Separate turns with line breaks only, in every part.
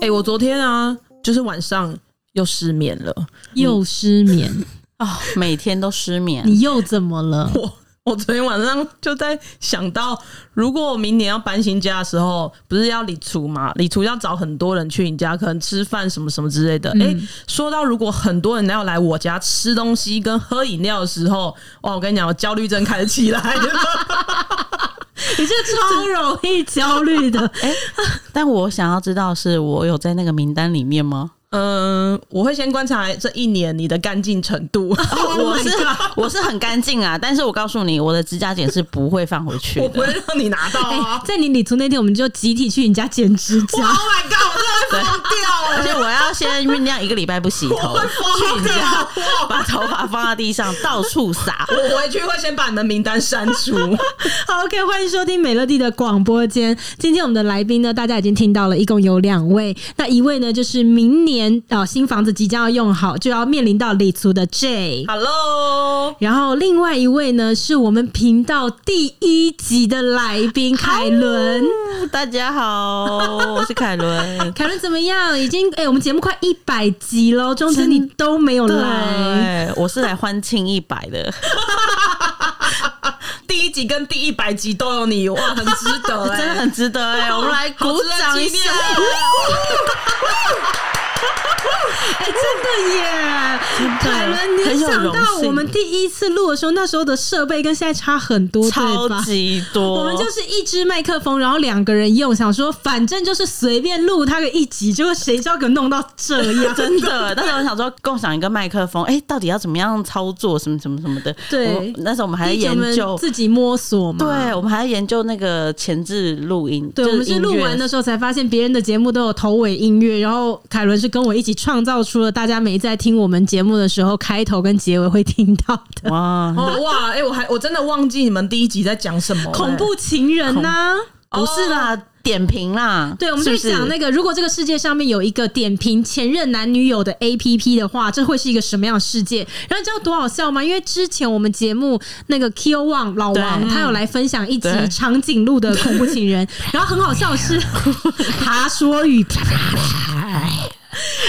哎、我昨天啊，就是晚上又失眠了。
又失眠，
啊、每天都失眠。
你又怎么了？
我我昨天晚上就在想到，如果我明年要搬新家的时候，不是要理厨嘛？理厨要找很多人去你家，可能吃饭什么什么之类的。哎、说到如果很多人要来我家吃东西跟喝饮料的时候，哇，我跟你讲，我焦虑症开始起来 了。
你这超容易焦虑 的，
但我想要知道，是我有在那个名单里面吗？
嗯，我会先观察这一年你的干净程度。
我
Oh my
是
God
我是很干净啊，但是我告诉你，我的指甲剪是不会放回去
我不
的。
会让你拿到
哎、
啊！
在你理出那天，我们就集体去你家剪指
哇
甲，
Oh my god！我真的会疯掉
而
了，
且我要先酝酿一个礼拜不洗头，去
疯
你家
掉！
把头发放在地上到处撒。
我回去会先把你们名单删 除。
好，OK，欢迎收听美乐蒂的广播间。今天我们的来宾呢，大家已经听到了，一共有两位。那一位呢，就是明年啊、呃新房子即将要用好，就要面临到礼族的 J。
Hello，
然后另外一位呢，是我们频道第一集的来宾凯伦。
大家好，我是凯伦。
凯伦怎么样？已经哎、我们节目快一百集喽，中间你都没有来。
对，我是来欢庆一百的，
第一集跟第一百集都有你，哇，很值得、
真的
欸，
很值得哎、我们来鼓
好
掌
值得
一
纪念
下。
哎、真的耶！凯伦，你
很
有
有
想
荣
到我
幸
们第一次录的时候，那时候的设备跟现在差很多，对
超
吧？
级多，
啊我们就是一支麦克风，然后两个人用，想说反正就是随便录他个一集，结果谁知道给弄到这样，
真的。那时候我想说共享一个麦克风，哎、到底要怎么样操作，什么什么什么的。
对
我那 时候我们还在
第一集我
研
们
究，
自己摸索嘛。
对，我们还在研究那个前置录音，
对，
就
我们是
音乐
录完的时候才发现别人的节目都有头尾音乐，然后凯伦是跟我一起创造出了大家每一次在听我们节目的时候，开头跟结尾会听到的
哇，
哦哇，哎、我还我真的忘记你们第一集在讲什么、
恐怖情人啊呐、
不是啦，点评啦，
对，我们
是
就
不
是讲
是
那个，如果这个世界上面有一个点评前任男女友的 A P P 的话，这会是一个什么样的世界？然后你知道多好笑吗？因为之前我们节目那个 Q Wang 老王
对嗯
他有来分享一集
对
长颈鹿的恐怖情人，然后很好笑的 是爬说语， 啪啪啪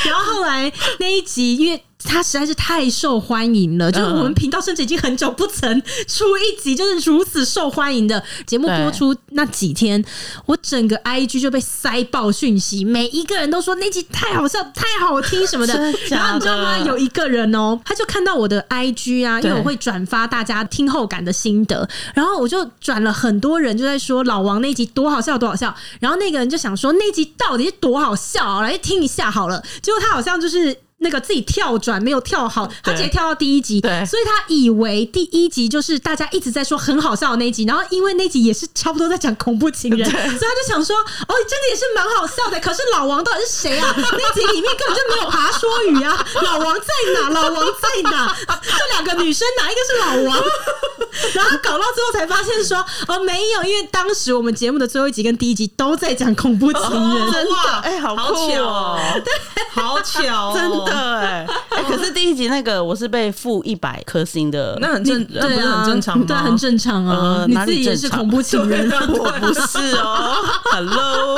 然后后来那一集因为。他实在是太受欢迎了，
嗯
就是我们频道甚至已经很久不曾出一集就是如此受欢迎的节目。播
对
出那几天，我整个 IG 就被塞爆讯息，每一个人都说那集太好笑、太好听什么的。
真的假的
然后你知道吗？有一个人哦，他就看到我的 IG 啊，因
对
为我会转发大家听后感的心得，然后我就转了很多人就在说老王那集多好笑、多好笑。然后那个人就想说那集到底是多好笑、啊，来听一下好了。结果他好像就是。那个自己跳转没有跳好，他直接
对
跳到第一集，
对
所以他以为第一集就是大家一直在说很好笑的那一集，然后因为那集也是差不多在讲恐怖情人，所以他就想说，哦，真的也是蛮好笑的。可是老王到底是谁啊？ 那集里面根本就没有爬说语啊！ 老王在哪？老王在哪？ 这两个女生哪一个是老王？ 然后搞到最后才发现说，哦，没有，因为当时我们节目的最后一集跟第一集都在讲恐怖情人。
哦
真的
哇
哎好
好
酷
巧哦，
哦
好巧、哦，
真的哎、哎可是第一集那个我是被负一百颗星 的，
那很正，那不
对
是
啊，
很正常吗？
对啊，很正常啊。
呃
你
哪
自
里
己也是
正常
恐怖情 人，
对啊
我不是哦 ，Hello，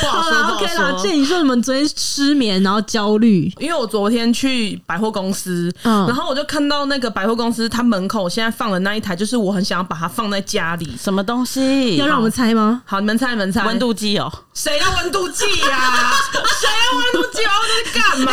不 好
好
说，不
啦
好
o k 啦
说。，
这你说你们昨天失眠，然后焦虑，
因为我昨天去百货公司，
嗯
然后我就看到那个百货公司，它门口现在放的那一台，就是我很想要把它放在家里。
什么东西？
要让我们猜吗？
好，你们猜，你们猜，
温度计哦、
谁要温度计呀、 谁要温度计啊？我在干嘛、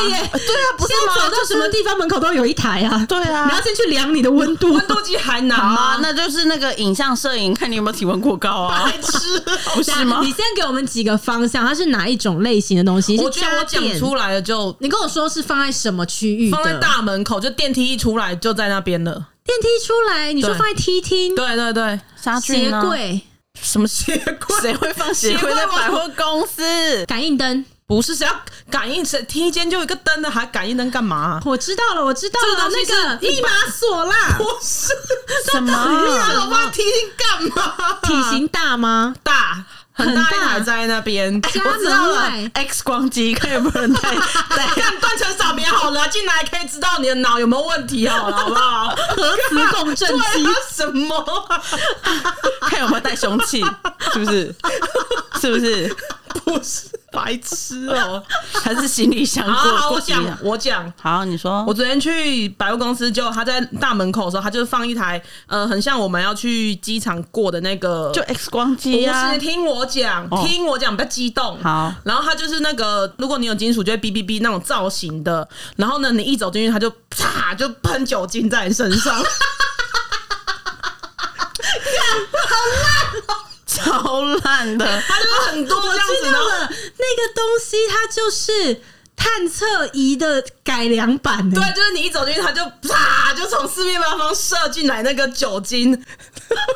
对耶，对啊，不是吗？走到什么地方门口都有一台啊，
对啊
你要先去量你的温度。
温度计还难
好
吗
啊，？那就是那个影像摄影，看你有没有体温过高啊？
白痴！
不是吗
你？先给我们几个方向，它是哪一种类型的东西？
我
是
觉得
家
我讲
电
出来了就。
你跟我说是放在什么区域的？
放在大门口，就电梯一出来就在那边了。
电梯出来，你说
对
放在梯厅、
对对对，
杀菌
鞋
啊？
柜、
什么鞋柜？
谁会放鞋柜在百货公司？
感应灯。
不是谁要感应？谁梯间就有一个灯的，还感应灯干嘛、
我知道了，我知道
这个
了，
东西是
那个密码锁啦，
不是，
什么
啊你让我放梯间干嘛？
体型大吗？
大，很大一哎
很大
台在那边，
家
我知道
门
了
外
，X 光机可以不能带带
干断层扫描好了，进来可以知道你的脑有没有问题，好了，好不 好？
核磁共振
对
机
啊，，什么啊？
看有没有带凶器，是不是？是不是？
不是白痴哦、
还是行李箱
好好
过
好，我
过行
讲
李箱，
我讲。
好，你说
我昨天去百货公司，就他在大门口的时候，他就放一台，呃，很像我们要去机场过的那个，
就 X 光
不
机啊
是，听我讲，
哦
听我讲，不要激动。
好
然后它就是那个，如果你有金属，就会哔哔哔那种造型的。然后呢，你一走进去，它就啪就喷酒精在你身上，
超烂的。
它就是很多
我
这样子
知
然
道
后
了，那个东西它就是探测仪的改良版、欸，
对，就是你一走进去，它就啪就从四面八方射进来那个酒精。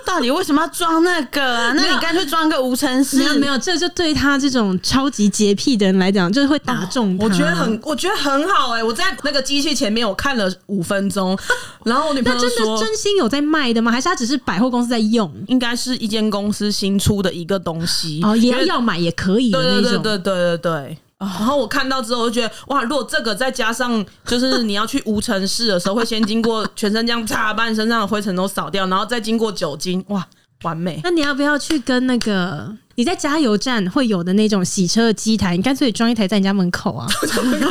到底为什么要装那个啊？
没
那
有
你干脆装个无尘室。
没有没有，这就对他这种超级洁癖的人来讲，就是会打中他、
我觉得很，我觉得很好哎、我在那个机器前面，我看了五分钟，然后我女朋
那
友
真
说
的真心有在卖的吗？还是他只是百货公司在用？
应该是一间公司新出的一个东西
哦，也
因为
要买也可以的
对对
那
对
种。
对对对对。然后我看到之后，我就觉得哇，如果这个再加上，就是你要去无尘室的时候，会先经过全身这样擦，把你身上的灰尘都扫掉，然后再经过酒精，哇，完美！
那你要不要去跟那个你在加油站会有的那种洗车的机台？你干脆装一台在你家门口啊，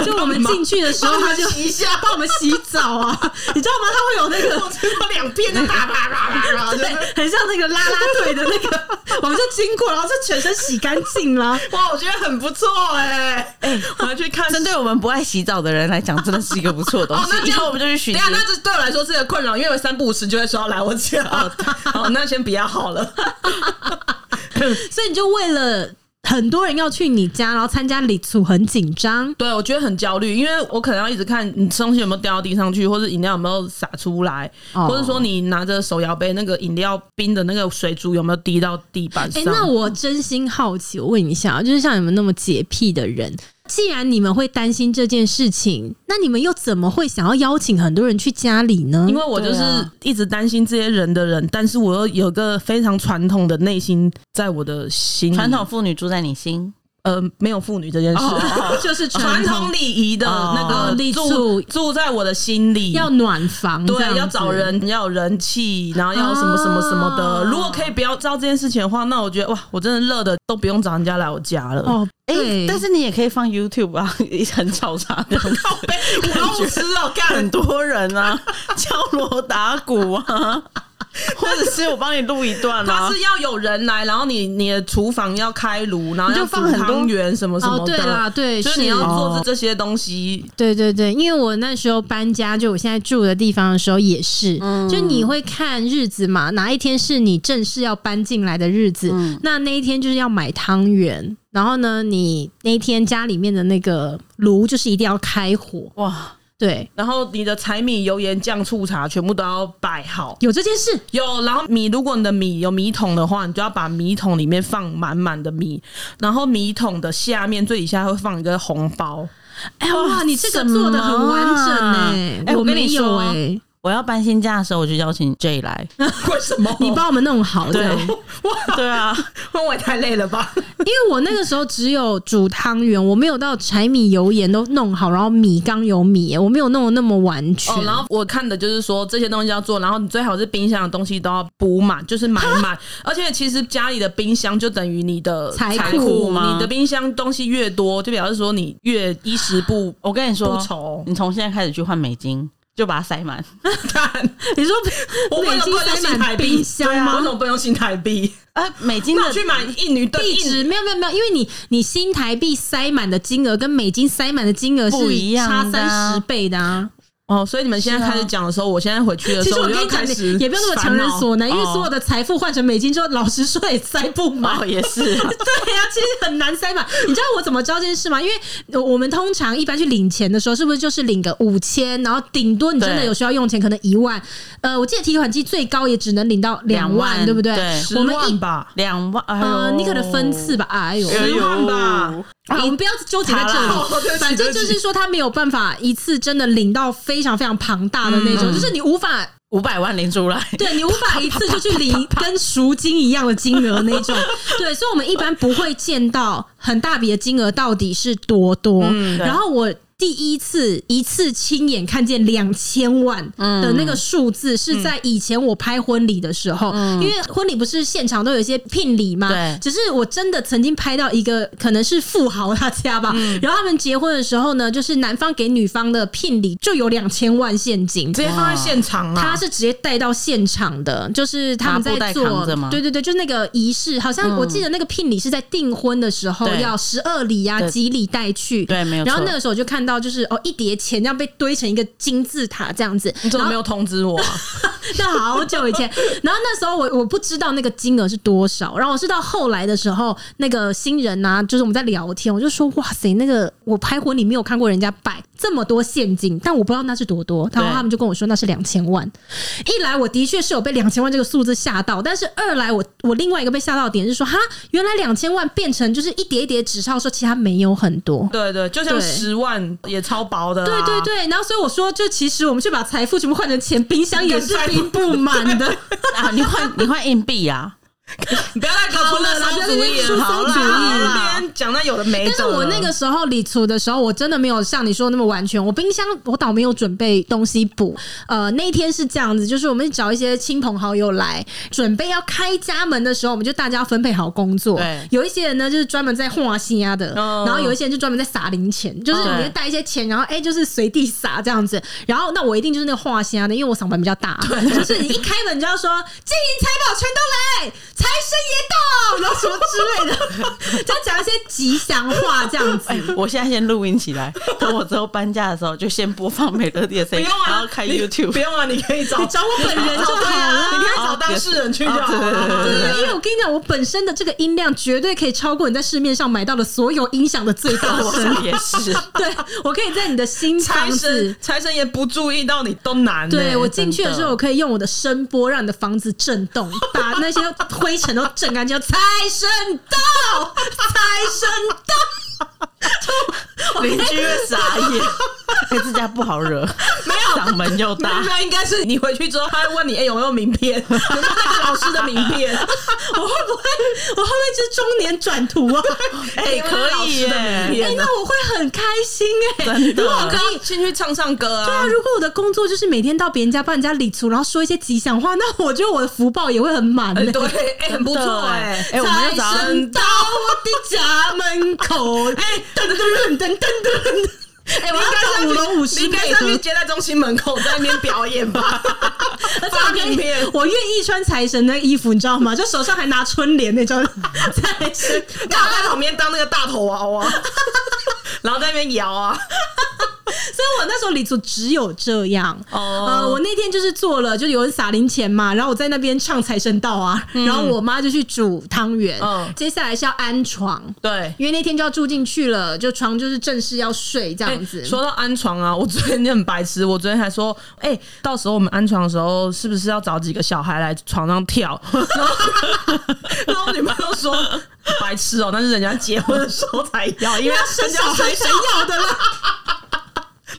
就我们进去 的时候，
哦
他就
洗一下，
帮我们洗澡啊，你知道吗？他会有那个
我吃到两片就啪啪啪啪啪，就是
对，很像那个拉拉队的那个， 我们就经过，然后就全身洗干净了。
哇，我觉得很不错哎、哎、我要去看
针对我们不爱洗澡的人来讲，真的是一个不错的东
哦那这
西。以
样
后我们就去嗯学
等一
习
下，。那这对我来说是个困扰，因为我三不五时就会说要来我家。 哦，那先不要好了。
所以你就为了很多人要去你家，然后参加礼组，很紧张。
对，我觉得很焦虑，因为我可能要一直看你东西有没有掉到地上去，或者饮料有没有洒出来，
哦
或者说你拿着手摇杯那个饮料冰的那个水珠有没有滴到地板
哎、
上？
那我真心好奇，我问一下，就是像你们那么洁癖的人，既然你们会担心这件事情，那你们又怎么会想要邀请很多人去家里呢？
因为我就是
对啊
一直担心这些人的人，但是我又有个非常传统的内心，在我的心里
传统妇女住在你心，
呃没有妇女这件事，
就是
哦传统礼仪的那
哦
个
立
住
住
住在我的心里，
要暖房，这样
对，
子
要找。人，要有人气，然后要有什么什么什么的。
啊
如果可以不要知道这件事情的话，那我觉得哇，我真的乐的都不用找人家来我家了。
哦，
哎、
对，
但是你也可以放 YouTube 啊， 很吵杂的，
靠背，我 吃哦，干
很多人啊， 敲锣打 鼓啊，或者是我帮你录一段
它。
啊
是要有人来，然后你你的厨房要开炉，然后
你就
要煮
放很多
汤圆什么什
哦，
么
对啦，
的，
对，
就是你
是
要做
哦
这这些东西。
对对对，因为我那时候搬家，就我现在住的地方的时候也是，
嗯
就你会看日子嘛，哪一天是你正式要搬进来的日子，
嗯
那那一天就是要买汤圆，然后呢，你那一天家里面的那个炉就是一定要开火，
哇，
对，
然后你的柴米油盐酱醋茶全部都要摆好，
有这件事，
有，然后米，如果你的米有米桶的话，你就要把米桶里面放满满的米，然后米桶的下面最底下会放一个红包。
哎、哇，你这个做的很完整哎、
什么啊哎
我
我跟你
没有
说
哎、
我要搬新家的时候，我就邀请 J 来。
为什么？
你帮我们弄好
对
的。
哇，
对啊，
我也太累了吧？
因为我那个时候只有煮汤圆，我没有到柴米油盐都弄好，然后米缸有米耶，我没有弄得那么完全。
哦，然后我看的就是说这些东西要做，然后你最好是冰箱的东西都要补满，就是买 满。而且其实家里的冰箱就等于你的
财
财
库
库
吗
你的冰箱东西越多，就表示说你越衣食不
我跟你说
不， 愁。
你从现在开始去换美金，就把它塞满。
看，
你说
我为
美
什
金
么不能用
塞
新台
满
币？
冰箱
对啊我怎
吗？
么不能用新台币？
啊
呃，美金
那我
的
去买印尼盾
币
印
值没有没有没有，因为你你新台币塞满的金额跟美金塞满的金额是
不一样
差
的啊
三十倍的啊。
哦，所以你们现在
是啊
开始讲的时候，我现在回去的
其
时候，
实我跟
就
你讲，
开始
你也不要那么强人所难，因为
烦恼哦
所有的财富换成美金之后，老实说也塞不 满
哦。也是啊、
对呀、其实很难塞满。你知道我怎么知道这件事吗？因为我们通常一般去领钱的时候，是不是就是领个五千，然后顶多你真的
对
有需要用钱，可能一万。呃，我记得提款机最高也只能领到两
两万
对不对？
对
哦
我们
10
一
万吧，
两万。哎呦
呃，你可能分次吧，哎呦。
哦哎呦哎
十万吧。
啊我们不要纠结在这
好啦对不
里，
起嗯
反正就是说他没有办法一次真的领到非常非常庞大的那种，就是你无法
五百万领出来，
对你无法一次就去领跟赎金一样的金额那 种。对，所以我们一般不会见到很大笔的金额到底是多多。
嗯对
然后我。第一次一次亲眼看见两千万的那个数字，是在以前我拍婚礼的时候，因为婚礼不是现场都有一些聘礼嘛，
嗯
只
对
是我真的曾经拍到一个可能是富豪他家吧，
嗯
然后他们结婚的时候呢，就是男方给女方的聘礼就有两千万现金，
直接放在现场啊
他。是直接带到现场的，就是他们
拿布
在
袋
做
扛着吗，嗯
对对对，就那个仪式，好像我记得那个聘礼是在订婚的时候
对
要十二礼呀、
对
几礼带去，
对没有错
然后那个时候我就看到，就是哦，一叠钱这样被堆成一个金字塔这样子，
你怎么
然
没
后
有通知我、啊？
那 好久以前，然后那时候我我不知道那个金额是多少，然后我是到后来的时候，那个新人啊，就是我们在聊天，我就说哇塞，那个我拍婚礼没有看过人家摆这么多现金，但我不知道那是多多，然后
对
他们就跟我说那是两千万。一来我的确是有被两千万这个数字吓到，但是二来我我另外一个被吓到的点是说哈，原来两千万变成就是一叠一叠纸钞，说其实它没有很多。
对对，就像
对
十万也超薄的、啊。
对对对，然后所以我说，就其实我们去把财富全部换成钱，冰箱也是冰不满的。
啊，你换你换硬币啊，
你 不要再给我出那馊主意了，
好
好
了
啦，
不要再出馊主意了
那边讲那有的没的。
但是我那个时候理出的时候，我真的没有像你说的那么完全。我冰箱我倒没有准备东西补。呃，那一天是这样子，就是我们找一些亲朋好友来，准备要开家门的时候，我们就大家分配好工作。
对嗯
有一些人呢就是专门在画西啊的，
哦
然后有一些人就专门在撒零钱，就是
哦
你就带一些钱，然后哎、就是随地撒这样子。然后那我一定就是那个画西啊的，因为我嗓门比较大，就是你一开门就要说金银财宝全都来，财神爷到，然后什么之类的， 就讲一些吉祥话这样子。
哎、我现在先录音起来，等我之后搬家的时候就先播放美乐蒂的声
不
音，
用啊，
然后开
你
YouTube
不。用啊，你可以找
你找我本人就好
对啊
了。
你可以找
哦
当
别
事人去就好
哦对对
了
对。
对对，因为我跟你讲，我本身的这个音量绝对可以超过你在市面上买到的所有音响的最大
我
声。
也是，
对，我可以在你的 新
财
房
神
子，
财神爷不注意到你都难呢、
对我进去嗯的时候，我
真
可以用我的声波让你的房子震动，把那些灰尘都震干净。 财神到，财神到，
邻居会傻 眼，可是这家不好惹，没有嗓门又
啊
的
大
目。标应该是你回去之后，他会问你，哎、有没有名片？有没有那个老师的名 片？
我会不会，我会不会是中年转图 啊？
哎、
有没有那个
可
老
以
师
耶、
的名
哎、
片呢？
那我会很开心哎、
真的
如果我可以
进去唱唱歌
对啊，
啊。
如果我的工作就是每天到别人家帮人家理出，然后说一些吉祥话，那我觉得我的福报也会很满、
哎
欸。
对，哎、很不错哎、
哎我们又找到
财神到我的家门口， 哎、噔噔噔噔噔噔 噔，哎、我要到舞龙舞
你
狮
应该
配
在那
合
边，接待中心门口，在那边表演吧。
而且
发
我愿
名
意
片，
我愿意穿财神的衣服，你知道吗？就手上还拿春联那种财神
然后在旁边当那个大头娃 娃，然后在那边摇啊。
所以我那时候礼组只有这样。
哦
呃，我那天就是做了，就有人撒零钱嘛，然后我在那边唱财神到啊，然后我妈就去煮汤圆，
嗯
接下来是要安床。
对，
因为那天就要住进去了，就床就是正式要睡这样子。
欸说到安床啊，我昨天就很白痴，我昨天还说，哎、到时候我们安床的时候，是不是要找几个小孩来床上跳？ 然后，然后我女朋友说，白痴哦、但是人家结婚的时候才 要，因为
要生小孩谁
要 的啦。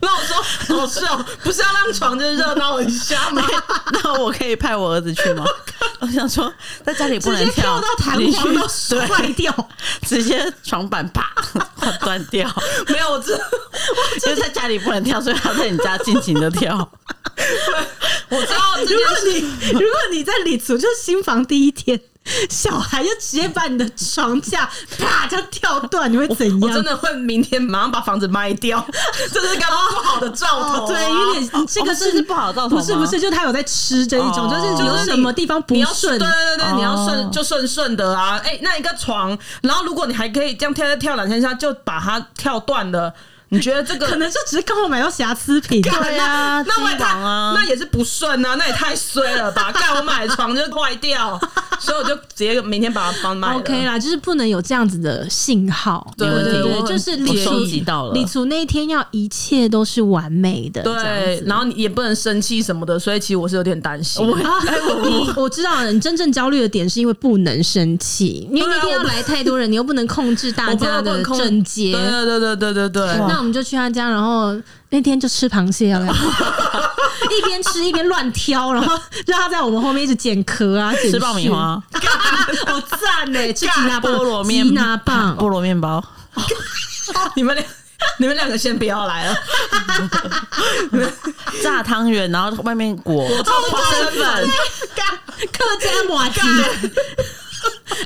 然后我说，哦是哦，不是要让床就是热闹一下 吗？
哎
那我可以派我儿子去吗？我想说，在家里不
直
能
接哎跳到弹
你
簧
去
都
对
坏掉，
直接床板啪断掉，
没有，我真
因为在家里不能跳，所以他在你家尽情的跳。
我知道这
如果
件事。
你如果你在礼组就是新房第一天，小孩就直接把你的床架啪这样跳断，你会怎样？
我真的会明天马上把房子卖掉，这是刚刚不好的兆头啊、
哦，对，因为你这个
哦这是不好的兆头
不是
吗
不是，就他有在吃这一种，
哦
就是有什么地方不
你要
顺
对。对对，
哦
你要顺就顺顺的啊。哎、那一个床，然后如果你还可以这样跳跳跳两三下，就把它跳断了，你觉得这
可
个？
能就只是刚好买到瑕疵品，
对啊
那我也
鸡
太
膀啊
那也是不顺啊，那也太衰了 吧！盖我买的床就坏掉，所以我就直接明天把它帮卖了。
OK 啦，就是不能有这样子的信号。
对
对
对我
对，
很
就是
我
李
收集到
楚
了
李楚那一天要一切都是完美的，这样
对，
子
然后你也不能生气什么的，所以其实我是有点担心。
啊，你我知道了，你真正焦虑的点是因为不能生气，因为那
对
天
啊我
要
不
来太多人，你又不能控制大
我不知
家
道不
的
能控
整洁，
对啊对对对对对对，
那我们就去他家，然后那天就吃螃蟹了。啊一边吃一边乱挑，然后让他在我们后面一直捡壳啊，捡
吃爆米花
屑， 好赞呢！吃吉拿棒，
菠萝面
吉拿棒，
菠萝面包，
你们两你们两个先不要来了，
炸汤圆，然后外面裹
我做花生粉，
客家麻吉。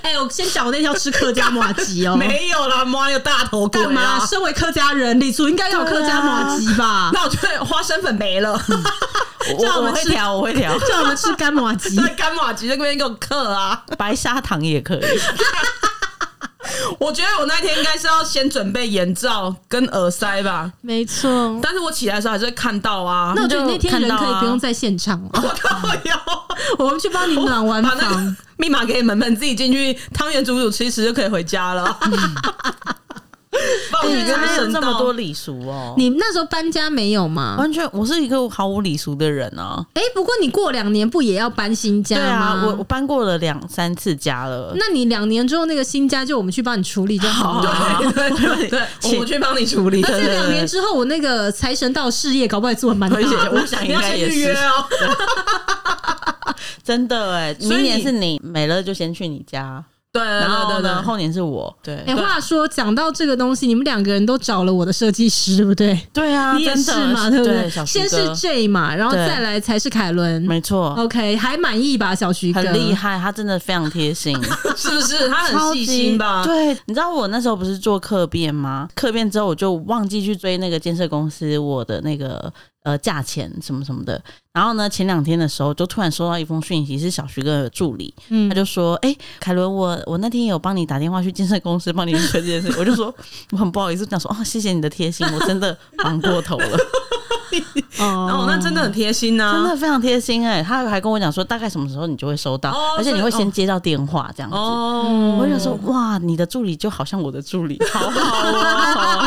哎、我先讲，我那天要吃客家麻吉哦。
没有啦，妈有大头鬼
干嘛？
啊！
身为客家人，李叔应该要有客家麻吉吧？
那我觉得花生粉没了，
我
叫我
我
们
我会
吃，
调，我会调
叫我们吃干麻吉，
在干马吉那边给我刻啊！
白砂糖也可以。
我觉得我那天应该是要先准备眼罩跟耳塞吧，
没错。
但是我起来的时候还是会看到啊。
那我觉得
就
那天
看
人
到
可以
啊
不用在现场了，
我靠哟！
我们去帮你暖完
把那个
房。
密码给你们，们自己进去汤圆煮煮吃一吃就可以回家了。放
你
你
这
跟
边有
神
这么
道，
多礼俗哦，
你那时候搬家没有吗？
完全我是一个毫无礼俗的人啊。
哎、不过你过两年不也要搬新家
对
吗？
啊，我我搬过了两三次家了。
那你两年之后那个新家就我们去帮你处理就好了。
对对对对，我去帮你处理。
而且
对
两年
对
之后，我那个财神到事业搞不好也做得蛮大
而 且
的。
我想
对，
应
你要
该
先
也
预
是
约哦。
真的哎，
以
明年是你没了就先去你家，
对对
然后
对对
呢
对，
后年是我，对
哎、话说讲到这个东西，你们两个人都找了我的设计师，对不对？
对啊，
你也
真
是
的
嘛，对不
对？小徐
先是
哥
J 嘛，然后
对
再来才是凯伦。
没错，
OK，还满意吧，小徐哥？
很厉害，他真的非常贴心。
是不是他很细心吧？
对，你知道我那时候不是做客变吗？客变之后我就忘记去追那个建设公司我的那个呃价钱什么什么的。然后呢，前两天的时候就突然收到一封讯息，是小徐哥的助理，
嗯
他就说：“哎、凯伦，我我那天有帮你打电话去建设公司帮你催这件事。”我就说 哎我很不好意思，讲说哦，谢谢你的贴心，我真的 忙过头了，
哦
哦，
那真的很贴心
真
呐。
的非常贴心哎、他还跟我讲说大概什么时候你就会收到，
哦
而且你会
所以
先接到电话这样子。
哦，
我就想说，哇，你的助理就好像我的助理，嗯 好好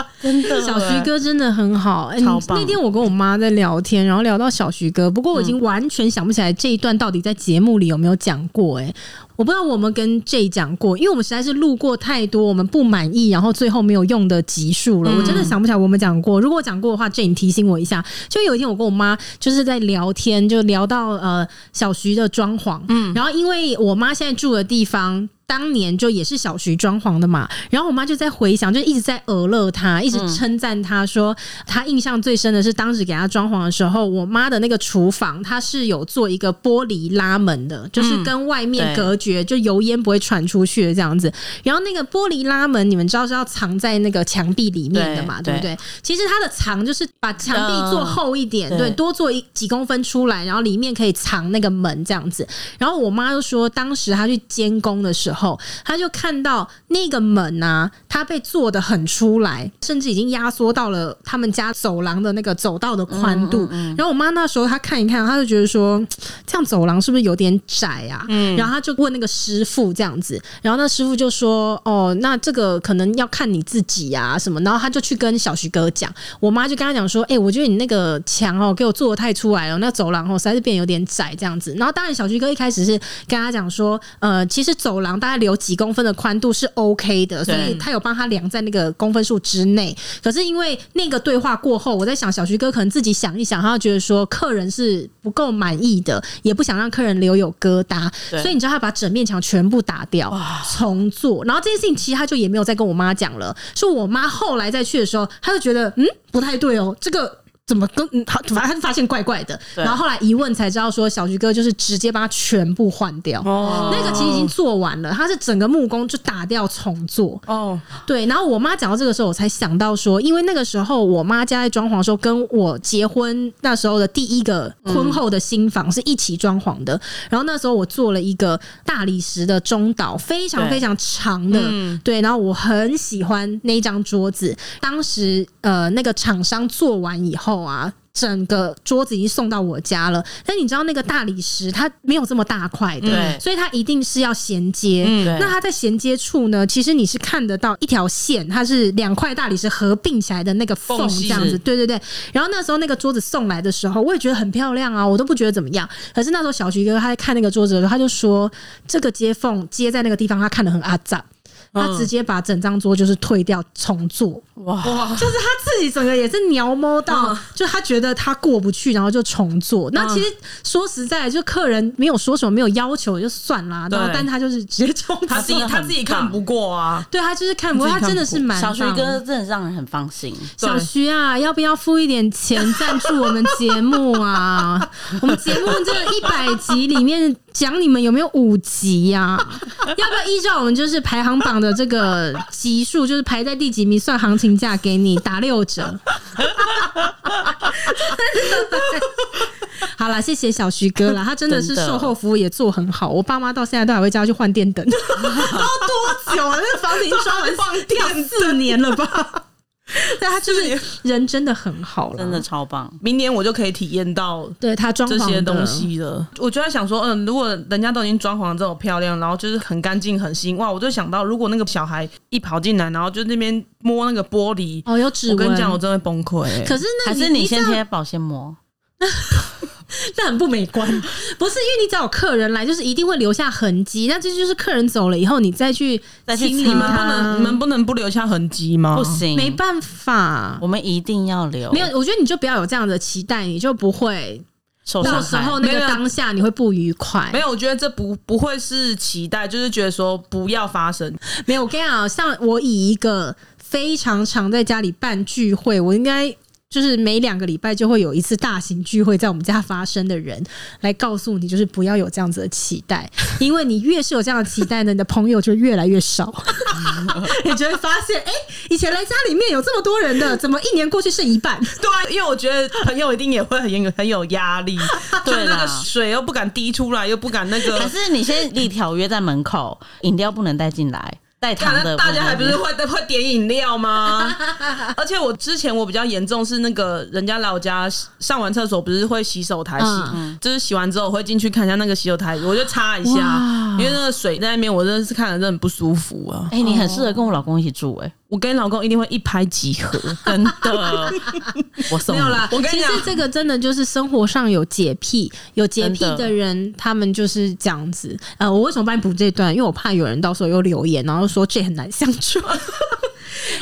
哦， 真的。
小徐，哥真的很好，哎、你
超棒
那天我跟我妈在聊天，然后聊到小徐哥，不过我已经完全想不起来这一段到底在节目里有没有讲过、哎，我不知道我们跟 J 讲过，因为我们实在是录过太多我们不满意，然后最后没有用的集数
嗯
了，我真的想不起来我们讲过。如果我讲过的话，J 你提醒我一下。就有一天我跟我妈就是在聊天，就聊到呃小徐的装潢，嗯，然后因为我妈现在住的地方。当年就也是小徐装潢的嘛，然后我妈就在回想，就一直在讹乐他，一直称赞他说，她印象最深的是当时给她装潢的时候，我妈的那个厨房，它是有做一个玻璃拉门的，就是跟外面
对
隔绝，就油烟不会传出去的这样子。然后那个玻璃拉门，你们知道是要藏在那个墙壁里面的嘛，对
对
不对？其实它的藏就是把墙壁做厚一点，
嗯
对，
对
多做一几公分出来，然后里面可以藏那个门这样子。然后我妈就说，当时她去监工的时候，她就看到那个门啊，它被做的很出来，甚至已经压缩到了他们家走廊的那个走道的宽度。然后我妈那时候她看一看，她就觉得说，哦这样走廊是不是有点窄啊？然后他就问那个师傅这样子，然后那师傅就说：“哦，那这个可能要看你自己呀、什么。”然后他就去跟小徐哥讲，我妈就跟他讲说：“哎、我觉得你那个墙哦，给我做的太出来了，那走廊哦实在是变得有点窄这样子。”然后当然小徐哥一开始是跟他讲说：“呃，其实走廊大概留几公分的宽度是 OK 的，所以
对
他有帮他量在那个公分数之内。可是因为那个对话过后，我在想小徐哥可能自己想一想，他觉得说客人是不够满意的，也不想让客人留有疙瘩，
对
所以你知道他把整面墙全部打掉，重做。然后这件事情其实他就也没有再跟我妈讲了，是我妈后来再去的时候，他就觉得嗯不太对哦，这个。怎么跟嗯他反正他就发现怪怪的，
对
然后后来一问才知道说小徐哥就是直接把它全部换掉，
哦
那个其实已经做完了，他是整个木工就打掉重做，
哦，
对，然后我妈讲到这个时候，我才想到说，因为那个时候我妈家在装潢的时候，跟我结婚那时候的第一个婚后的新房是一起装潢的。然后那时候我做了一个大理石的中岛，非常
对嗯
非常长的，对。然后我很喜欢那张桌子，当时呃那个厂商做完以后啊。整个桌子已经送到我家了，但你知道那个大理石它没有这么大块的，
对
所以它一定是要衔接。
嗯对
那它在衔接处呢，其实你是看得到一条线，它是两块大理石合并起来的那个缝，
缝
这
隙
样子。
是
对对对。然后那时候那个桌子送来的时候，我也觉得很漂亮啊，我都不觉得怎么样。可是那时候小徐哥他在看那个桌子的时候，他就说这个接缝接在那个地方，他看得很阿杂。
嗯
他直接把整张桌就是退掉重做，
哇，
哇，
就是他自己整个也是鸟摸到
嗯，
就他觉得他过不去，然后就重做。那其实说实在，就客人没有说什么，没有要求也就算啦，
对
然后但他就是直接重
他
做，
自己
真的很
他自己
棒
看不过 啊，
对他就是看不过，
他
他
自己看不
真的是啊蛮
小徐
棒
哥真的让人很放心。
小
对
徐啊，要不要付一点钱赞助我们节目啊？ 我们节目这一百集里面讲你们有没有五集呀、要不要依照我们就是排行榜的这个集数，就是排在第几名算行情价给你打六折？ 好啦，谢谢小徐哥啦，他真的是
真的
售后服务也做很好，我爸妈到现在都还会叫他去换电灯，
多久啊？那房顶装完放电
要四年了吧？但他就
四
是
年
人真的很好啦，
真的超棒，
明年我就可以体验到
对他装
这
潢
些
的
东，西了。我就在想说，嗯，如果人家都已经装潢得这么漂亮，然后就是很干净、很新，哇！我就想到，如果那个小孩一跑进来，然后就那边摸那个玻璃，
哦，有指
我
纹。
跟你讲，我真的会崩溃、
可是那
还是
你
你先
这样，
贴保鲜膜？
那很不美观。不是因为你只要有客人来，就是一定会留下痕迹。那这就是客人走了以后，你再去
再去
清
清
理
你们不
它
能，你们不能不留下痕迹吗？
不，行，
哦没办法
我。们一定要留。
没有，我觉得你就不要有这样的期待，你就不会
受
到
伤
时
害，
候那
没
个
有
当下你会不愉快。
没有，我觉得这不不会是期待，就是觉得说不要发生。
没有，我跟你讲，像我以一个非常常在家里办聚会，我应该就是每两个礼拜就会有一次大型聚会在我们家发生的人，来告诉你，就是不要有这样子的期待，因为你越是有这样的期待呢，你的朋友就越来越少，你就会发现，哎、以前来家里面有这么多人的，怎么一年过去剩一半？
对啊，因为我觉得朋友一定也会很有很有压 力，就
对
那
啦
个水又不敢滴出来，又不敢那
还
个。
是你先立条约在门口，饮料不能带进来，带糖
看
的
大家还不
不
是
能
哦
会 会点饮料 吗？而且我之前我比较严重是那个人家来我家上完厕所不是会洗手台洗，
嗯
就是洗完之后我会进去看一下那个洗手台，我就擦一下
哇，
因为那个水在那边我真的是看着真的很不舒服啊。
哎、你很适合跟我老公一起住、 哎，
我跟老公一定会一拍即合，真的。
我送
没
你
有啦，嗯我跟
其
你
实
讲，
这个真的就是生活上有洁癖，有洁癖
真的
的人他们就是这样子。呃，我为什么帮你补这段？因为我怕有人到时候又留言，然后说这很难相 处。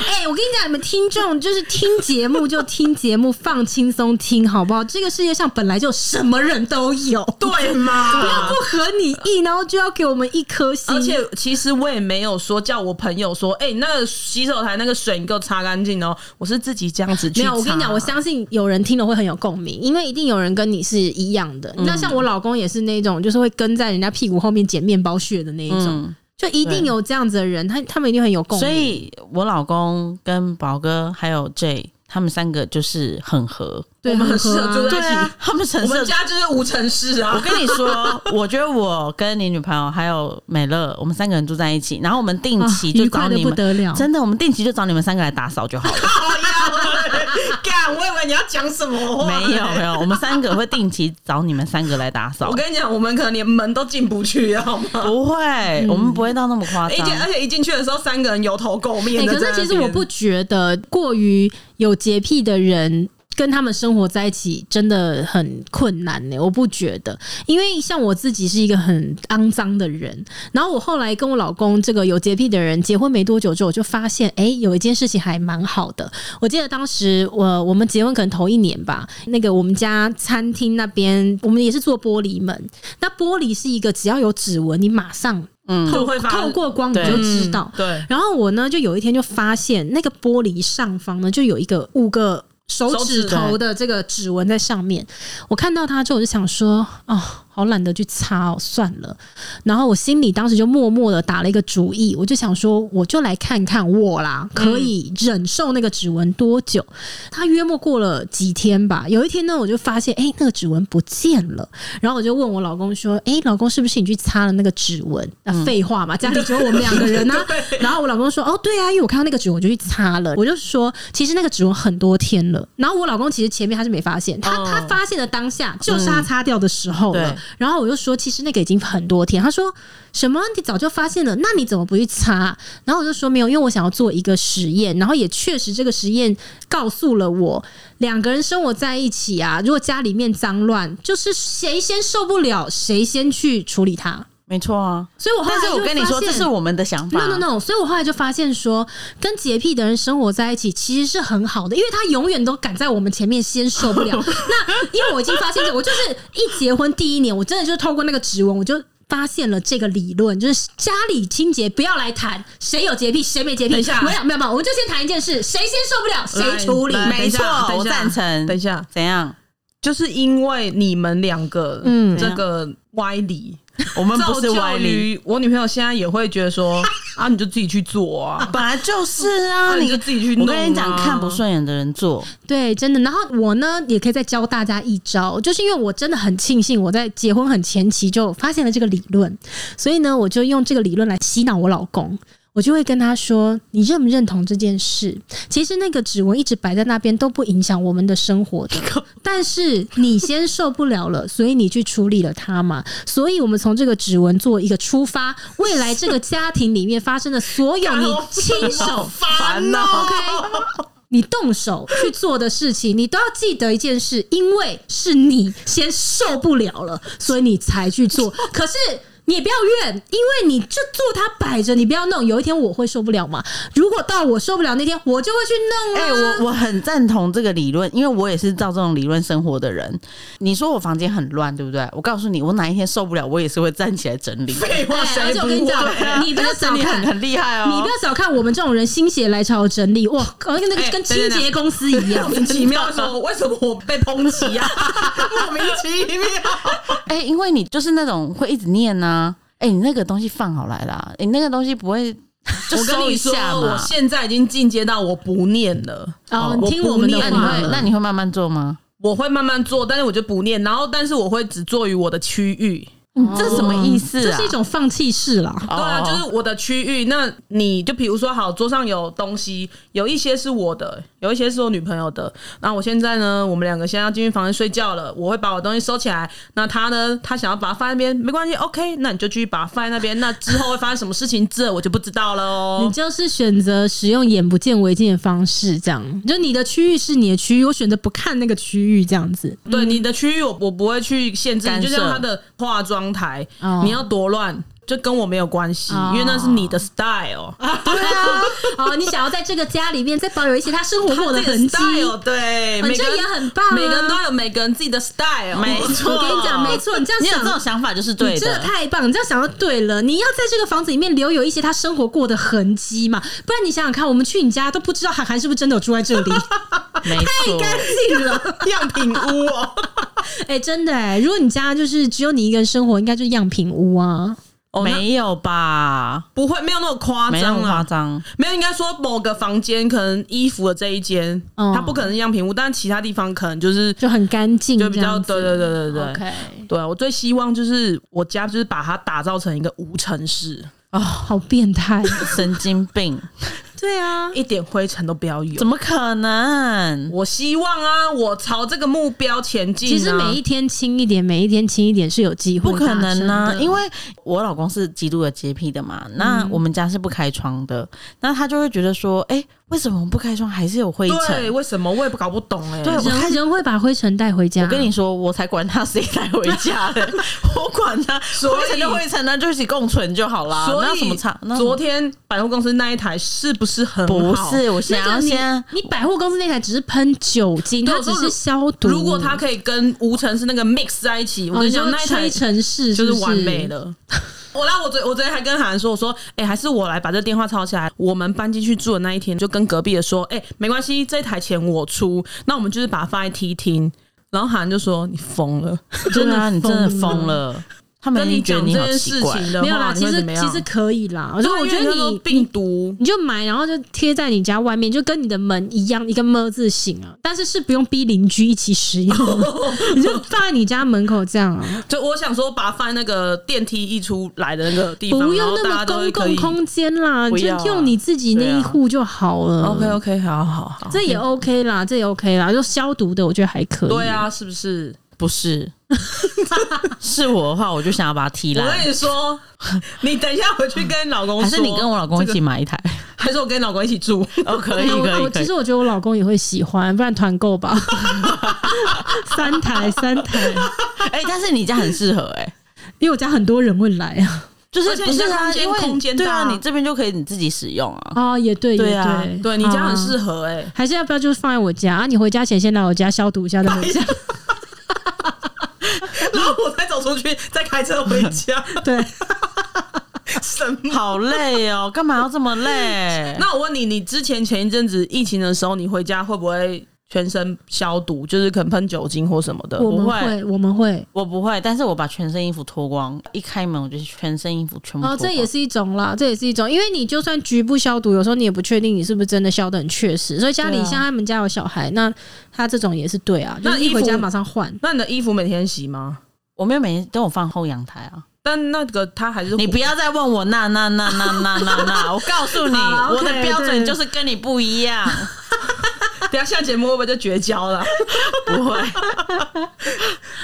哎、我跟你讲，你们听众就是听节目就听节目，放轻松听好不好？这个世界上本来就什么人都有，
对吗？
不要不合你意，然后就要给我们一颗心。
而且其实我也没有说叫我朋友说，哎、你那个洗手台那个水你给我擦干净哦，我是自己这样子去
没
擦。
有，我跟你讲，我相信有人听了会很有共鸣，因为一定有人跟你是一样
嗯
的。那像我老公也是那种，就是会跟在人家屁股后面捡面包屑的那一种，
嗯
就一定有这样子的人，他他们一定很有共鸣。
所以我老公跟宝哥还有 J 他们三个就是很合，
对
我们很
合
适合住
啊
在一起。
他们成
我们
色。
家就是无尘室啊
我，跟 你说， 我觉得我跟你女朋友还有美乐，我们三个人住在一起，然后我们定
啊
期就
愉
找
快的
你
不
们，
得了。
真的，我们定期就找你们三个来打扫就 好了。
好呀！干，我以为你要讲什么话、
没有没。有，我们三个会定期找你们三个来打扫
我。跟你讲，我们可能连门都进不去，好吗？
不会，
嗯
我们不会到那么夸
一
张
进，。而且一进去的时候，三个人油头垢
哎、
面的、
可是其实我不，觉得过于有洁癖的人。跟他们生活在一起真的很困难呢、我不觉得，因为像我自己是一个很肮脏的人，然后我后来跟我老公这个有洁癖的人结婚没多久之后，我就发现，哎、有一件事情还蛮好的。我记得当时我我们结婚可能头一年吧，那个我们家餐厅那边，我们也是做玻璃门，那玻璃是一个只要有指纹，你马上
嗯，
就
透
会发嗯
透过光你就知道，
对，
然后我呢，就有一天就发现那个玻璃上方呢，就有一个五个手指头的这个指纹在上面。我看到它之后，我就想说，哦，好懒得去擦哦，算了。然后我心里当时就默默的打了一个主意，我就想说，我就来看看我啦，可以忍受那个指纹多久。他约莫过了几天吧，有一天呢，我就发现，哎、那个指纹不见了。然后我就问我老公说，哎、老公是不是你去擦了那个指纹？那、废话嘛，家里只有我们两个人啊。然后我老公说，哦，对啊，因为我看到那个指纹，我就去擦了。我就说，其实那个指纹很多天了。然后我老公其实前面他是没发现，他、
哦
他发现的当下就是他擦掉的时候了。
对
然后我就说，其实那个已经很多天。他说什么？你早就发现了，那你怎么不去擦？然后我就说没有，因为我想要做一个实验，然后也确实这个实验告诉了我，两个人生活在一起啊，如果家里面脏乱，就是谁先受不了，谁先去处理它。
没错啊。
所以我后来
但是我
就
跟你说，
发
这
现
是我们的想法。
No no no！所以我后来就发现说，跟洁癖的人生活在一起其实是很好的，因为他永远都赶在我们前面，先受不了。 那因为我已经发现这，我就是一结婚第一年，我真的就是透过那个指纹，我就。发现了这个理论，就是家里清洁不要来谈谁有洁癖谁没洁癖。
等一下
没有没有没有，我们就先谈一件事，谁先受不了谁
来
处理。
来
没错
等一下，
我赞成。
等一下，
怎样？
就是因为你们两个，
嗯
嗯，这个歪理，
我们
造
不是
就
歪理，
于我女朋友现在也会觉得说， 啊，你就自己去做啊，
本来就是啊。
啊
你
你就自己去
我
弄啊
跟你讲，看不顺眼的人做，
对，真的。然后我呢，也可以再教大家一招，就是因为我真的很庆幸我在结婚很前期就发现了这个理论，所以呢，我就用这个理论来洗脑我老公。我就会跟他说：“你认不认同这件事？其实那个指纹一直摆在那边都不影响我们的生活的，但是你先受不了了，所以你去处理了它嘛。所以我们从这个指纹做一个出发，未来这个家庭里面发生的所有你亲手
烦恼。
OK，你动手去做的事情，你都要记得一件事，因为是你先受不了了，所以你才去做。可是。你也不要怨，因为你就做它摆着，你不要弄。有一天我会受不了嘛。如果到我受不了那天，我就会去弄
哎、
啊。
我我很赞同这个理论，因为我也是照这种理论生活的人。你说我房间很乱，对不对？我告诉你，我哪一天受不了，我也是会站起来整理。
废话，
哎而
谁
且
不
我跟你
会
讲
啊？
你不要小
整理
看
很很厉害
你
哦
不。要小看我们这种人心血来潮的整理，哇，跟那个
哎
跟
等等
清洁公司 一
莫。
样
名其妙说，为什么我被抨击啊？ 莫名其妙。
哎、因为你就是那种会一直念呐、哎、你那个东西放好来啦，哎你、那个东西不会， 就
我跟
收一
你说，
下
我
嘛。
现在已经进阶到我不念了。
哦，你
我
听
不
我们的
念
那你
嘛
话
会
了，
那你会慢慢做吗？
我会慢慢做，但是我就不念，然后但是我会只做于我的区域。
你这什么意思
哦这
啊？
是一种放弃式啦。
哦
对啊，就是我的区域。那你就比如说，好，桌上有东西，有一些是我的，有一些是我女朋友的。那我现在呢，我们两个现在要进去房间睡觉了，我会把我东西收起来。那他呢，他想要把它放在那边，没关系，OK，那你就继续把它放在那边。那之后会发生什么事情，这我就不知道了
你
哦。
就是选择使用眼不见为净的方式，这样就你的区域是你的区域，我选择不看那个区域，这样子。
对你的区域我，我不会去限制
干
你，就
涉
像他的化妆台，
哦
你要多乱，就跟我没有关系，
哦
因为那是你的 style，
对啊，哦，你想要在这个家里面再保有一些他生活过的
自己
痕迹，
style，对，
本
每
身
个人
也很棒啊
每个人都有每个人自己的 style，
没错，
我跟你讲没错你这样
你有
想
这种想法就是对
你真的
的。
太棒！你这样想到对了，你要在这个房子里面留有一些他生活过的痕迹嘛，不然你想想看，我们去你家都不知道韩寒是不是真的有住在这里，
没 错，
干净了。
样品屋哦。
哎、真的哎、如果你家就是只有你一个人生活，应该就是样品屋啊。
哦那
没有吧？
不会，没有那么夸
没那
张
么夸
啊。
张。
没有，应该说某个房间可能衣服的这一间，
哦
它不可能样品屋，但其他地方可能就是
就很干净，
就比较
这样
对
子
对对对对。
OK，
对，我最希望就是我家就是把它打造成一个无尘室，
啊好变 态。
神经病，
对啊，
一点灰尘都不要有
怎。么可能？
我希望啊，我朝这个目标前进、啊。
其实每一天轻一点，每一天轻一点是有机会
不
发
可
生的，
能
啊
呢、因为我老公是极度有洁癖的
嗯
嘛，那我们家是不开窗的，那他就会觉得说，哎、为什么我们不开窗还是有灰
对，
尘？
为什么我也不搞不懂哎、
对我开
人
始
人会把灰尘带回家。
我跟你说，我才管他谁带回家嘞， 我管他，
以
灰尘就灰尘呢，就一起共存就好啦。
所
那有
以
什么差？那有什么
昨天百货公司那一台是不是很好？
不是，我
那
想
个
要
你
先，
你百货公司那台只是喷酒精，
对
它
我
只
说
是消毒。
如果它可以跟无尘是那个 mix 在一起，我
哦，
跟
你
你讲，
说
那一台
吹尘室
就是是
不是
完美。了。我然后我昨我昨天还跟韩说，我说，哎、还是我来把这电话抄起来。我们搬进去住的那一天，就跟隔壁的说，哎、没关系，这台钱我出，那我们就是把它放在梯厅。然后韩就说你疯了，
真的啊，你真的
疯了
疯了。他们
跟
一
你
定觉得
讲
你
这
好
件
奇
事
怪，
情的话，
没有啦，
你
其
会
实
怎么
其
样
实可以啦。而且
对啊
我觉
因为
得
那时候
你
病毒
你就买，然后就贴在你家外面，就跟你的门一样，一个么字形啊。但是是不用逼邻居一起 使用，你就放在你家门口这样啊，
就我想说，把它放在那个电梯一出来的那个地方，
不用
然后
那
大家
么
都
公
可
共
以。
空间啦，
不
你就
要啊
用你自己那一户就好了。
OK OK，好好好，
这也 OK 啦，这也 OK 啦，就消毒的我觉得还可以。
对，啊，是不是？
不是，是我的话，我就想要把它踢
我
烂
跟。你 说，你等一下回去跟老公说，
还是你跟我老公一起买一台？
还是我跟老公一起住？
哦，可以，
哎我
可以，
我
可
其
以
实。我觉得我老公也会喜欢，不然团购吧， 三台三台。
哎、但是你家很适合哎、
因为我家很多人会来啊。
就是
而且
不
你
是
家
啊，
空间
因为
空间
对
大
啊，
啊
你这边就可以你自己使用啊。
啊，也对，
对
也
啊
对，
对你家很适
合。
合哎、
还是要不要就是放在我家啊？你回家前先来我家消毒一下再回家。
然后我才走出去，再开车回 家，
对，
什么？
好累哦，干嘛要这么累？
那我问你，你之前前一阵子疫情的时候，你回家会不会全身消毒？就是可能喷酒精或什么的？
我们
不
会，我们会。
我不会，但是我把全身衣服脱光，一开门我就是全身衣服全部脱光。
哦，这也是一种啦，这也是一种，因为你就算局部消毒，有时候你也不确定你是不是真的消的很确实。所以家里
对啊
像他们家有小孩，那他这种也是对啊，就
那
是一
衣
回
服
家马上换。
那你的衣服每天洗吗？
我没有每天都有放后阳台啊。
但那个它还是
你不要再问我那那那那那那那，我告诉你，
好
我
OK，
的标准
对
就是跟你不一样。
等一下下节目会不会就绝交了？ 不会，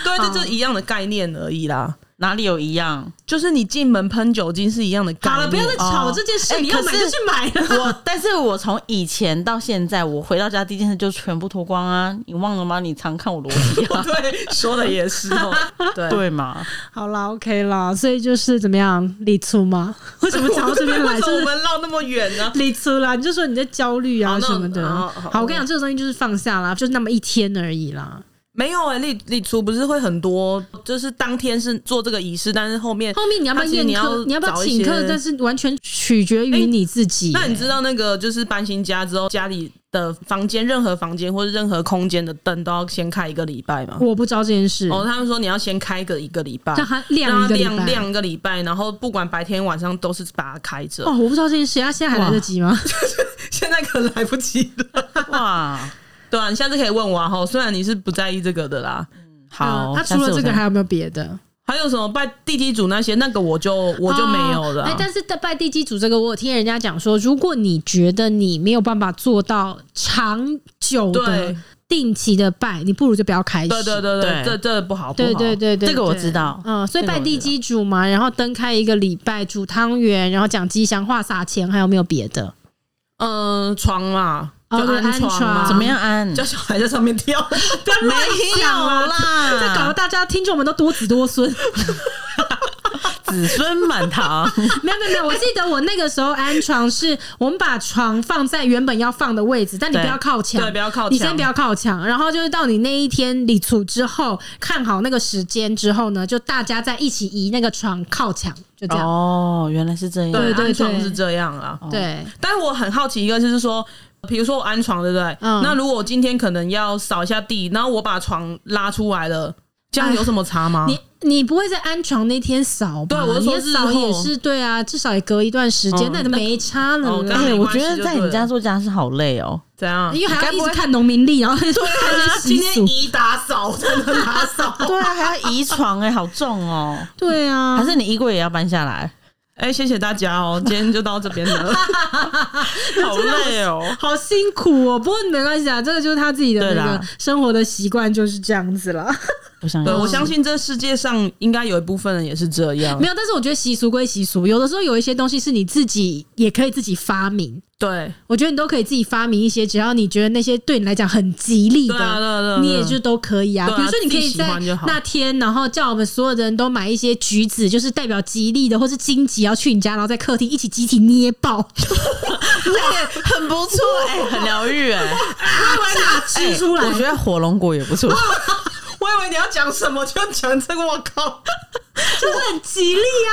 对，这就是一样的概念而已啦。
哪里有一样？
就是你进门喷酒精是一样的概念。
好了，不要再吵
哦
这件事，
哎
你要
可
买
是
就去买了。
我，但是我从以前到现在，我回到家第一件事就全部脱光啊！你忘了吗？你常看我裸 体啊，
对，说的也是哦。 对，
对吗？
好啦，OK 啦，所以就是怎么样，理出吗？ 为什么讲到这边来？
为什
就
么我
是
们绕那么远呢？
理出啦，你就说你在焦虑啊
好那
什么的。
好好
好，我跟你讲，这个东西就是放下啦，就是那么一天而已啦。
没有哎、欸，立立厨不是会很多，就是当天是做这个仪式，但是后面
后面你要不要
他其实
宴
你要
客？你要不要
找一
请客？
些
但是完全取决于
哎
你自己耶、
那你知道那个就是搬新家之后，家里的房间任何房间或者任何空间的灯都要先开一个礼拜吗？
我不知道这件事，
哦，他们说你要先开个一个礼拜，
让它
让
亮
它
一个礼
亮
拜。
亮一个礼拜，然后不管白天晚上都是把它开着。
哦，我不知道这件事，他现在还来得及吗？
现在可能来不及 了。
哇，
对啊，你下次可以问我啊。吼，虽然你是不在意这个的啦，
好，
嗯他
下
除
次
了
我
这个
再
还有没有别的？
还有什么拜地基主那些，那个我就我就没有了
哦哎、
啊。
但是拜地基组这个，我有听人家讲说，如果你觉得你没有办法做到长久的
对
定期的拜，你不如就不要开始。
对对对对，
对
这这不好不好。
对对对对，
这个我
对
知道
嗯，所以
这个
拜
我
地
知道
基主嘛，然后灯开一个礼拜，煮汤圆，然后讲吉祥话、撒钱，还有没有别的？
嗯、床嘛，就啊
哦对
安
安床
嘛，
怎么样安？
叫小孩在上面 跳，
不要乱讲
啊没有啦
这搞得大家听众们都多子多孙。
子孙满 堂，
没有没有没有，我记得我那个时候安床是我们把床放在原本要放的位置，但你
对
不要靠墙，
对不要靠
你
墙
先不要靠墙，然后就是到你那一天理出之后，看好那个时间之后呢，就大家在一起移那个床靠墙，就这样。
哦，原来是这样。
对
对
安
对
床是这样啊。
对，
但是我很好奇一个就是说，比如说我安床，对不对？
嗯
那如果我今天可能要扫一下地，然后我把床拉出来了，这样有什么差吗？
你你不会在安床那天扫吧？
对我是
你
说
要扫
日后
也是对啊，至少也隔一段时间
嗯，
那都没差了
哦
啦
刚
哎、
没
我
关
觉
系
得
就
在
对
你
了
家做家事好累哦。
怎样？
因为还
该
要一
不
直
会
看农民历，然后看这些
啊今
习
天
俗。
一打扫，真的打扫。
对啊，还要移床哎、好重哦。
对啊，
还是你衣柜也要搬下来？
哎、谢谢大家哦，今天就到这边了，好累哦。
好辛苦哦，不过没关系啊，这个就是他自己的
对
那
啦
个生活的习惯就是这样子啦。
我想
对，
要
我相信这世界上应该有一部分人也是这样
没。有，但是我觉得习俗归习俗，有的时候有一些东西是你自己也可以自己发明，
对，
我觉得你都可以自己发明一些，只要你觉得那些对你来讲很吉利的，
对啊对啊对啊
你也就都可以啊。
对啊
比如说，你可以
自己喜
在
欢就好
那天，然后叫我们所有的人都买一些橘子，就是代表吉利的，或是荆棘，要去你家，然后在客厅一起集体捏 爆，
哎很不错哎、很疗愈哎。
炸吃出
哎
来。
我觉哎得火龙果也不错。
我以为你要讲什么，就讲这个，我靠！
就是很吉利啊！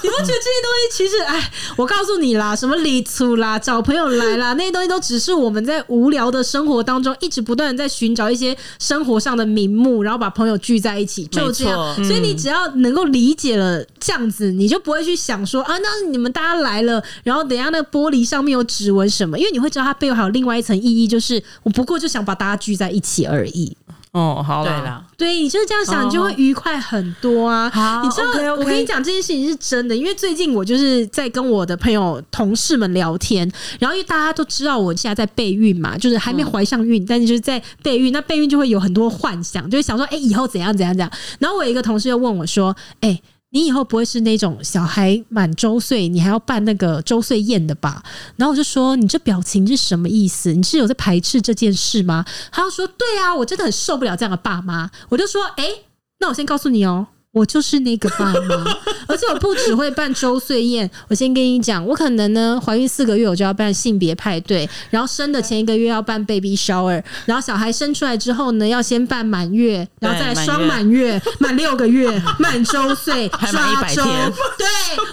你不觉得这些东西其实，哎，我告诉你啦，什么礼俗啦、找朋友来啦，那些东西都只是我们在无聊的生活当中一直不断的在寻找一些生活上的名目，然后把朋友聚在一起，就这样
没。错嗯
所以你只要能够理解了这样子，你就不会去想说啊，那你们大家来了，然后等一下那个玻璃上面有指纹什么，因为你会知道它背后还有另外一层意义，就是我不过就想把大家聚在一起而已。
哦，好
对
啦
啦，
对，你就是这样想，
哦
你就会愉快很多啊。
好
你知道
OK，OK
我跟你讲这件事情是真的，因为最近我就是在跟我的朋友、同事们聊天，然后因为大家都知道我现在在备孕嘛，就是还没
嗯
怀上孕，但是就是在备孕，那备孕就会有很多幻想，就会想说，哎、以后怎样怎样怎样。然后我有一个同事又问我说，哎、你以后不会是那种小孩满周岁，你还要办那个周岁宴的吧？然后我就说：“你这表情是什么意思？你是有在排斥这件事吗？”他就说：“对啊，我真的很受不了这样的爸妈。”我就说：“诶，那我先告诉你哦，我就是那个爸妈， 而且我不只会办周岁宴。我先跟你讲，我可能呢怀孕四个月我就要办性别派对，然后生的前一个月要办 baby shower，然后小孩生出来之后呢要先办满月，然后再来
对
双满月、满六个 月、满周岁、
还
抓
满100
周
天。
对，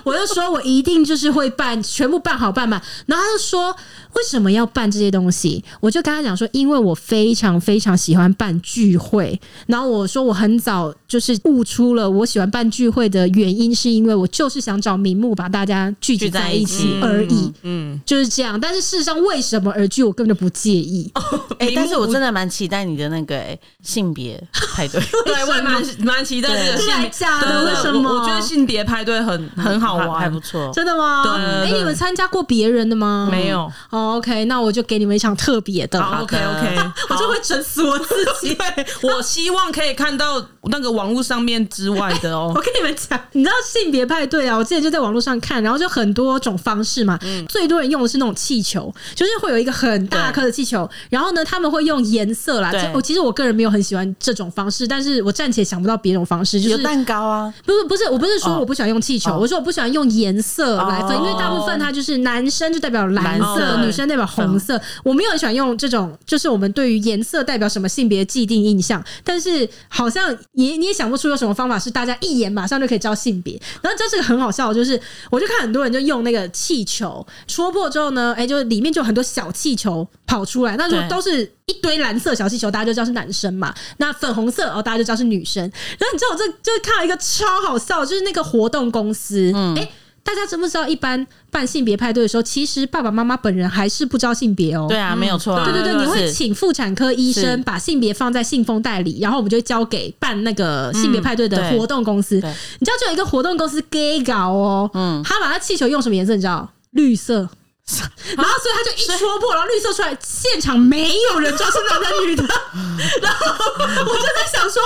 我就说我一定就是会办，全部办好办满。然后他就说为什么要办这些东西？我就跟他讲说，因为我非常非常喜欢办聚会。然后我说我很早就是悟出了我喜欢办聚会的原因，是因为我就是想找名目把大家聚集
聚在
在一
一
起
起
而已，
嗯，
就是这样。但是事实上，为什么而聚，我根本就不介意。
哦
哎、
明目
但是我
不
真的蛮期待你的那个、哎性别派 对，
对，我也蛮蛮期待这个
对
性
真
别
的假的
对对对
为什么
我我觉得性别派对很很好
还还
玩
不，错。
真的吗？
对对
哎、
对
你们参加过别人的吗？
没。有。
哦、o k 那我就给你们一场特别的。
好，OK
的
OK，
我就会整死我自 己。
对，我希望可以看到那个网络上面之外的哦
我。跟你们讲，你知道性别派对啊？我之前就在网络上看，然后就很多种方式嘛。
嗯
最多人用的是那种气球，就是会有一个很大
对
颗的气球，然后呢，他们会用颜色啦。
对
这我其实我个人没有很喜欢这种方式，但是我暂且想不到别种方式，就
有
是。
蛋糕啊，
不是不是，我不是说
哦
我不喜欢用气球，
哦
我说我不喜欢用颜色来分，
哦
因为大部分它就是男生就代表蓝
蓝
色，
色嗯
女生代表红色。我没有很喜欢用这种，就是我们对于颜色代表什么性别既定印象，但是好像也你也想不出有什么方法是大家一眼马上就可以知道性别。然后这是个很好笑的，就是我就看很多人就用那个气球戳破之后呢，哎、就里面就有很多小气球跑出来，那如果
对
都是一堆蓝色小气球，大家就知道是男生嘛。那粉红色哦，大家就知道是女生。然后你知道我这就是看到一个超好笑，就是那个活动公司，嗯，哎、大家知不知道，一般办性别派对的时候，其实爸爸妈妈本人还是不知道性别哦。
对啊，没有错、啊，
对对对，你会
是
请妇产科医
是
生把性别放在信封袋里，然后我们就会交给办那个性别派对的
嗯对
活动公司。
对
你知道，就有一个活动公司 gay 搞哦，嗯，他把他气球用什么颜色？你知道？绿色。 然后，所以他就一戳破，然后绿色出来，现场没有人知道是男的 女的。然后我就在想说，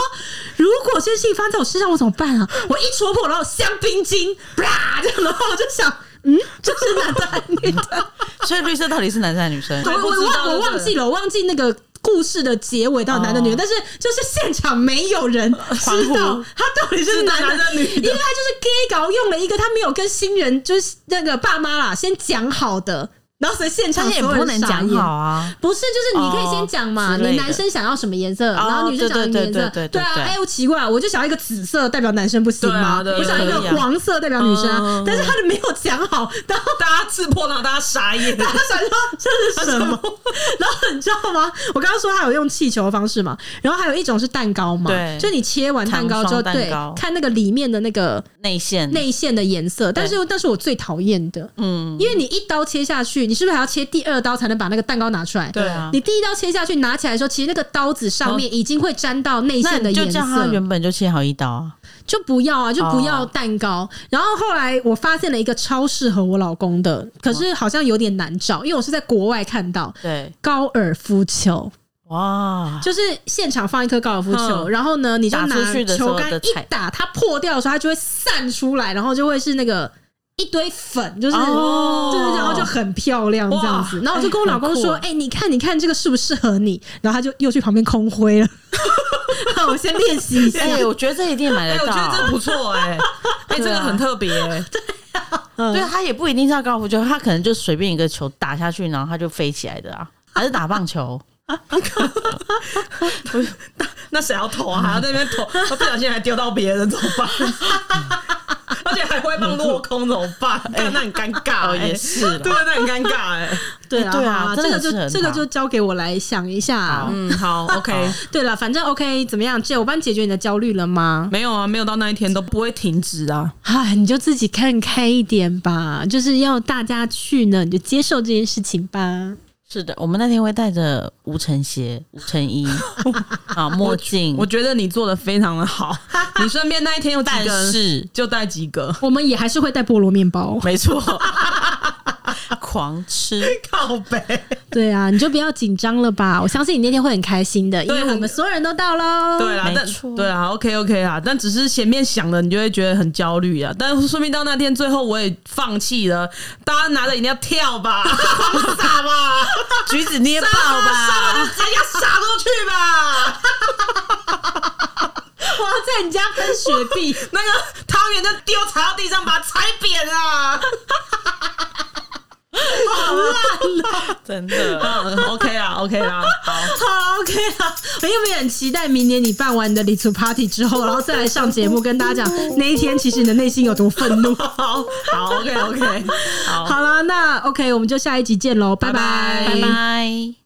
如果这件事情发生在我身上，我怎么办啊？我一戳破，然后香槟精，啪，这样，然后我就想，嗯，这是男的还是女的？
所以绿色到底是男生还是女生？
还不
我
知
我
道
忘
对不
我
对
忘记了，我忘记那个故事的结尾到底男的女的，
哦
但是就是现场没有人
欢
知
呼
道他到底是
是
男
男的女 的
因为他就是 gay 搞用了一个他没有跟新人就是那个爸妈啦先讲好的，然后所以现场
但是也
所有
不
人
能
傻
讲
眼
好啊，
不是，就是你可以先讲嘛，
哦之
你
类的哦
男生想要什么颜色，然后女生想要什么
对
颜色
对对对，对
对啊，
对
哎，我奇怪，我就想要一个紫色代表男生不行吗？
对啊对啊
我想要一
可以
个
啊
黄色代表女生啊
哦
嗯，
但是他就没有讲好，然后
大家刺破，然后大家傻眼。
他想说这是什么？然后你知道吗？我刚刚说他有用气球的方式嘛，然后还有一种是蛋糕嘛，
对
就你切完蛋糕之后，
糖霜
对
蛋糕，
看那个里面的那个
内线
内馅的颜色，但是但是我最讨厌的，嗯，因为你一刀切下去，你是不是还要切第二刀才能把那个蛋糕拿出来？
对
啊
你第一刀切下去拿起来的时候，其实那个刀子上面已经会沾到内
那
馅的
你就
颜
叫他
色，
原本就切好一刀啊，
就不要啊，就不要
哦
蛋糕。然后后来我发现了一个超适合我老公的，可是好像有点难找，因为我是在国外看到。
对，
高尔夫球
哇，
就是现场放一颗高尔夫球，
嗯
然后呢，你就
啊打出
拿
去的时候
球杆
的
一
彩
打，它破掉的时候，它就会散出来，然后就会是那个一堆粉，就是
哦
对对对，然后就很漂亮这样子。然后我就跟我老公说：“
哎很
哎、你看，你看这个适不适合你？”然后他就又去旁边空挥了。好，我先练习一下。
哎，我觉得这一定买
哎，
得
我
到
觉得这
啊，
不错哎，哎，这个很特别哎。
对
啊
他也不一定是要高尔夫球，他可能就随便一个球打下去，然后他就飞起来的啊，还是打棒球，
那谁要投啊？还要在那边投，不小心还丢到别人怎么 办？而且还会放落空怎么办？哎，那很尴尬
哦
哎，
也是啦
对，那很尴尬哎。
对啊，
哎对啊
好这
真的
个
很适合
就这个
他
就交给我来想一下
好。
嗯，好，OK，
对了，反正 OK，怎么样？这我帮你解决你的焦虑了吗？
没有啊，没有到那一天都不会停止啊。
唉，你就自己看开一点吧，就是要大家去呢，你就接受这件事情吧。
是的，我们那天会带着无尘鞋、无尘衣 啊、墨镜，
我觉得你做的非常的 好，你身边那一天有几
但
个人
是
就带几个，
我们也还是会带菠萝 面包，
没错，
狂 吃，
靠背。
对啊，你就不要紧张了吧。我相信你那天会很开心的，因
对
为我们所有人都到喽。
对啦，
嗯没
但
错
对啊，OK OK 啦，但只是前面想了，你就会觉得很焦虑啊。但说明到那天最后我也放弃了，大家拿着饮料跳吧， 狂撒吧，
橘子捏爆
撒
吧，
吧，直接撒过去吧。
我要再跟人家分雪 地，
那个汤圆就丢踩到地上，把它踩扁 啊！
真的。
嗯，OK 啦，OK 啦，好，
好 OK 啊！我有没有很期待明年你办完你的礼俗 party 之后，然后再来上节目跟 大家讲那一天其实你的内心有多愤怒？
哦好，好，OK，OK，好。
好啦，那 OK，我们就下一集见喽，拜
拜
拜
拜
拜。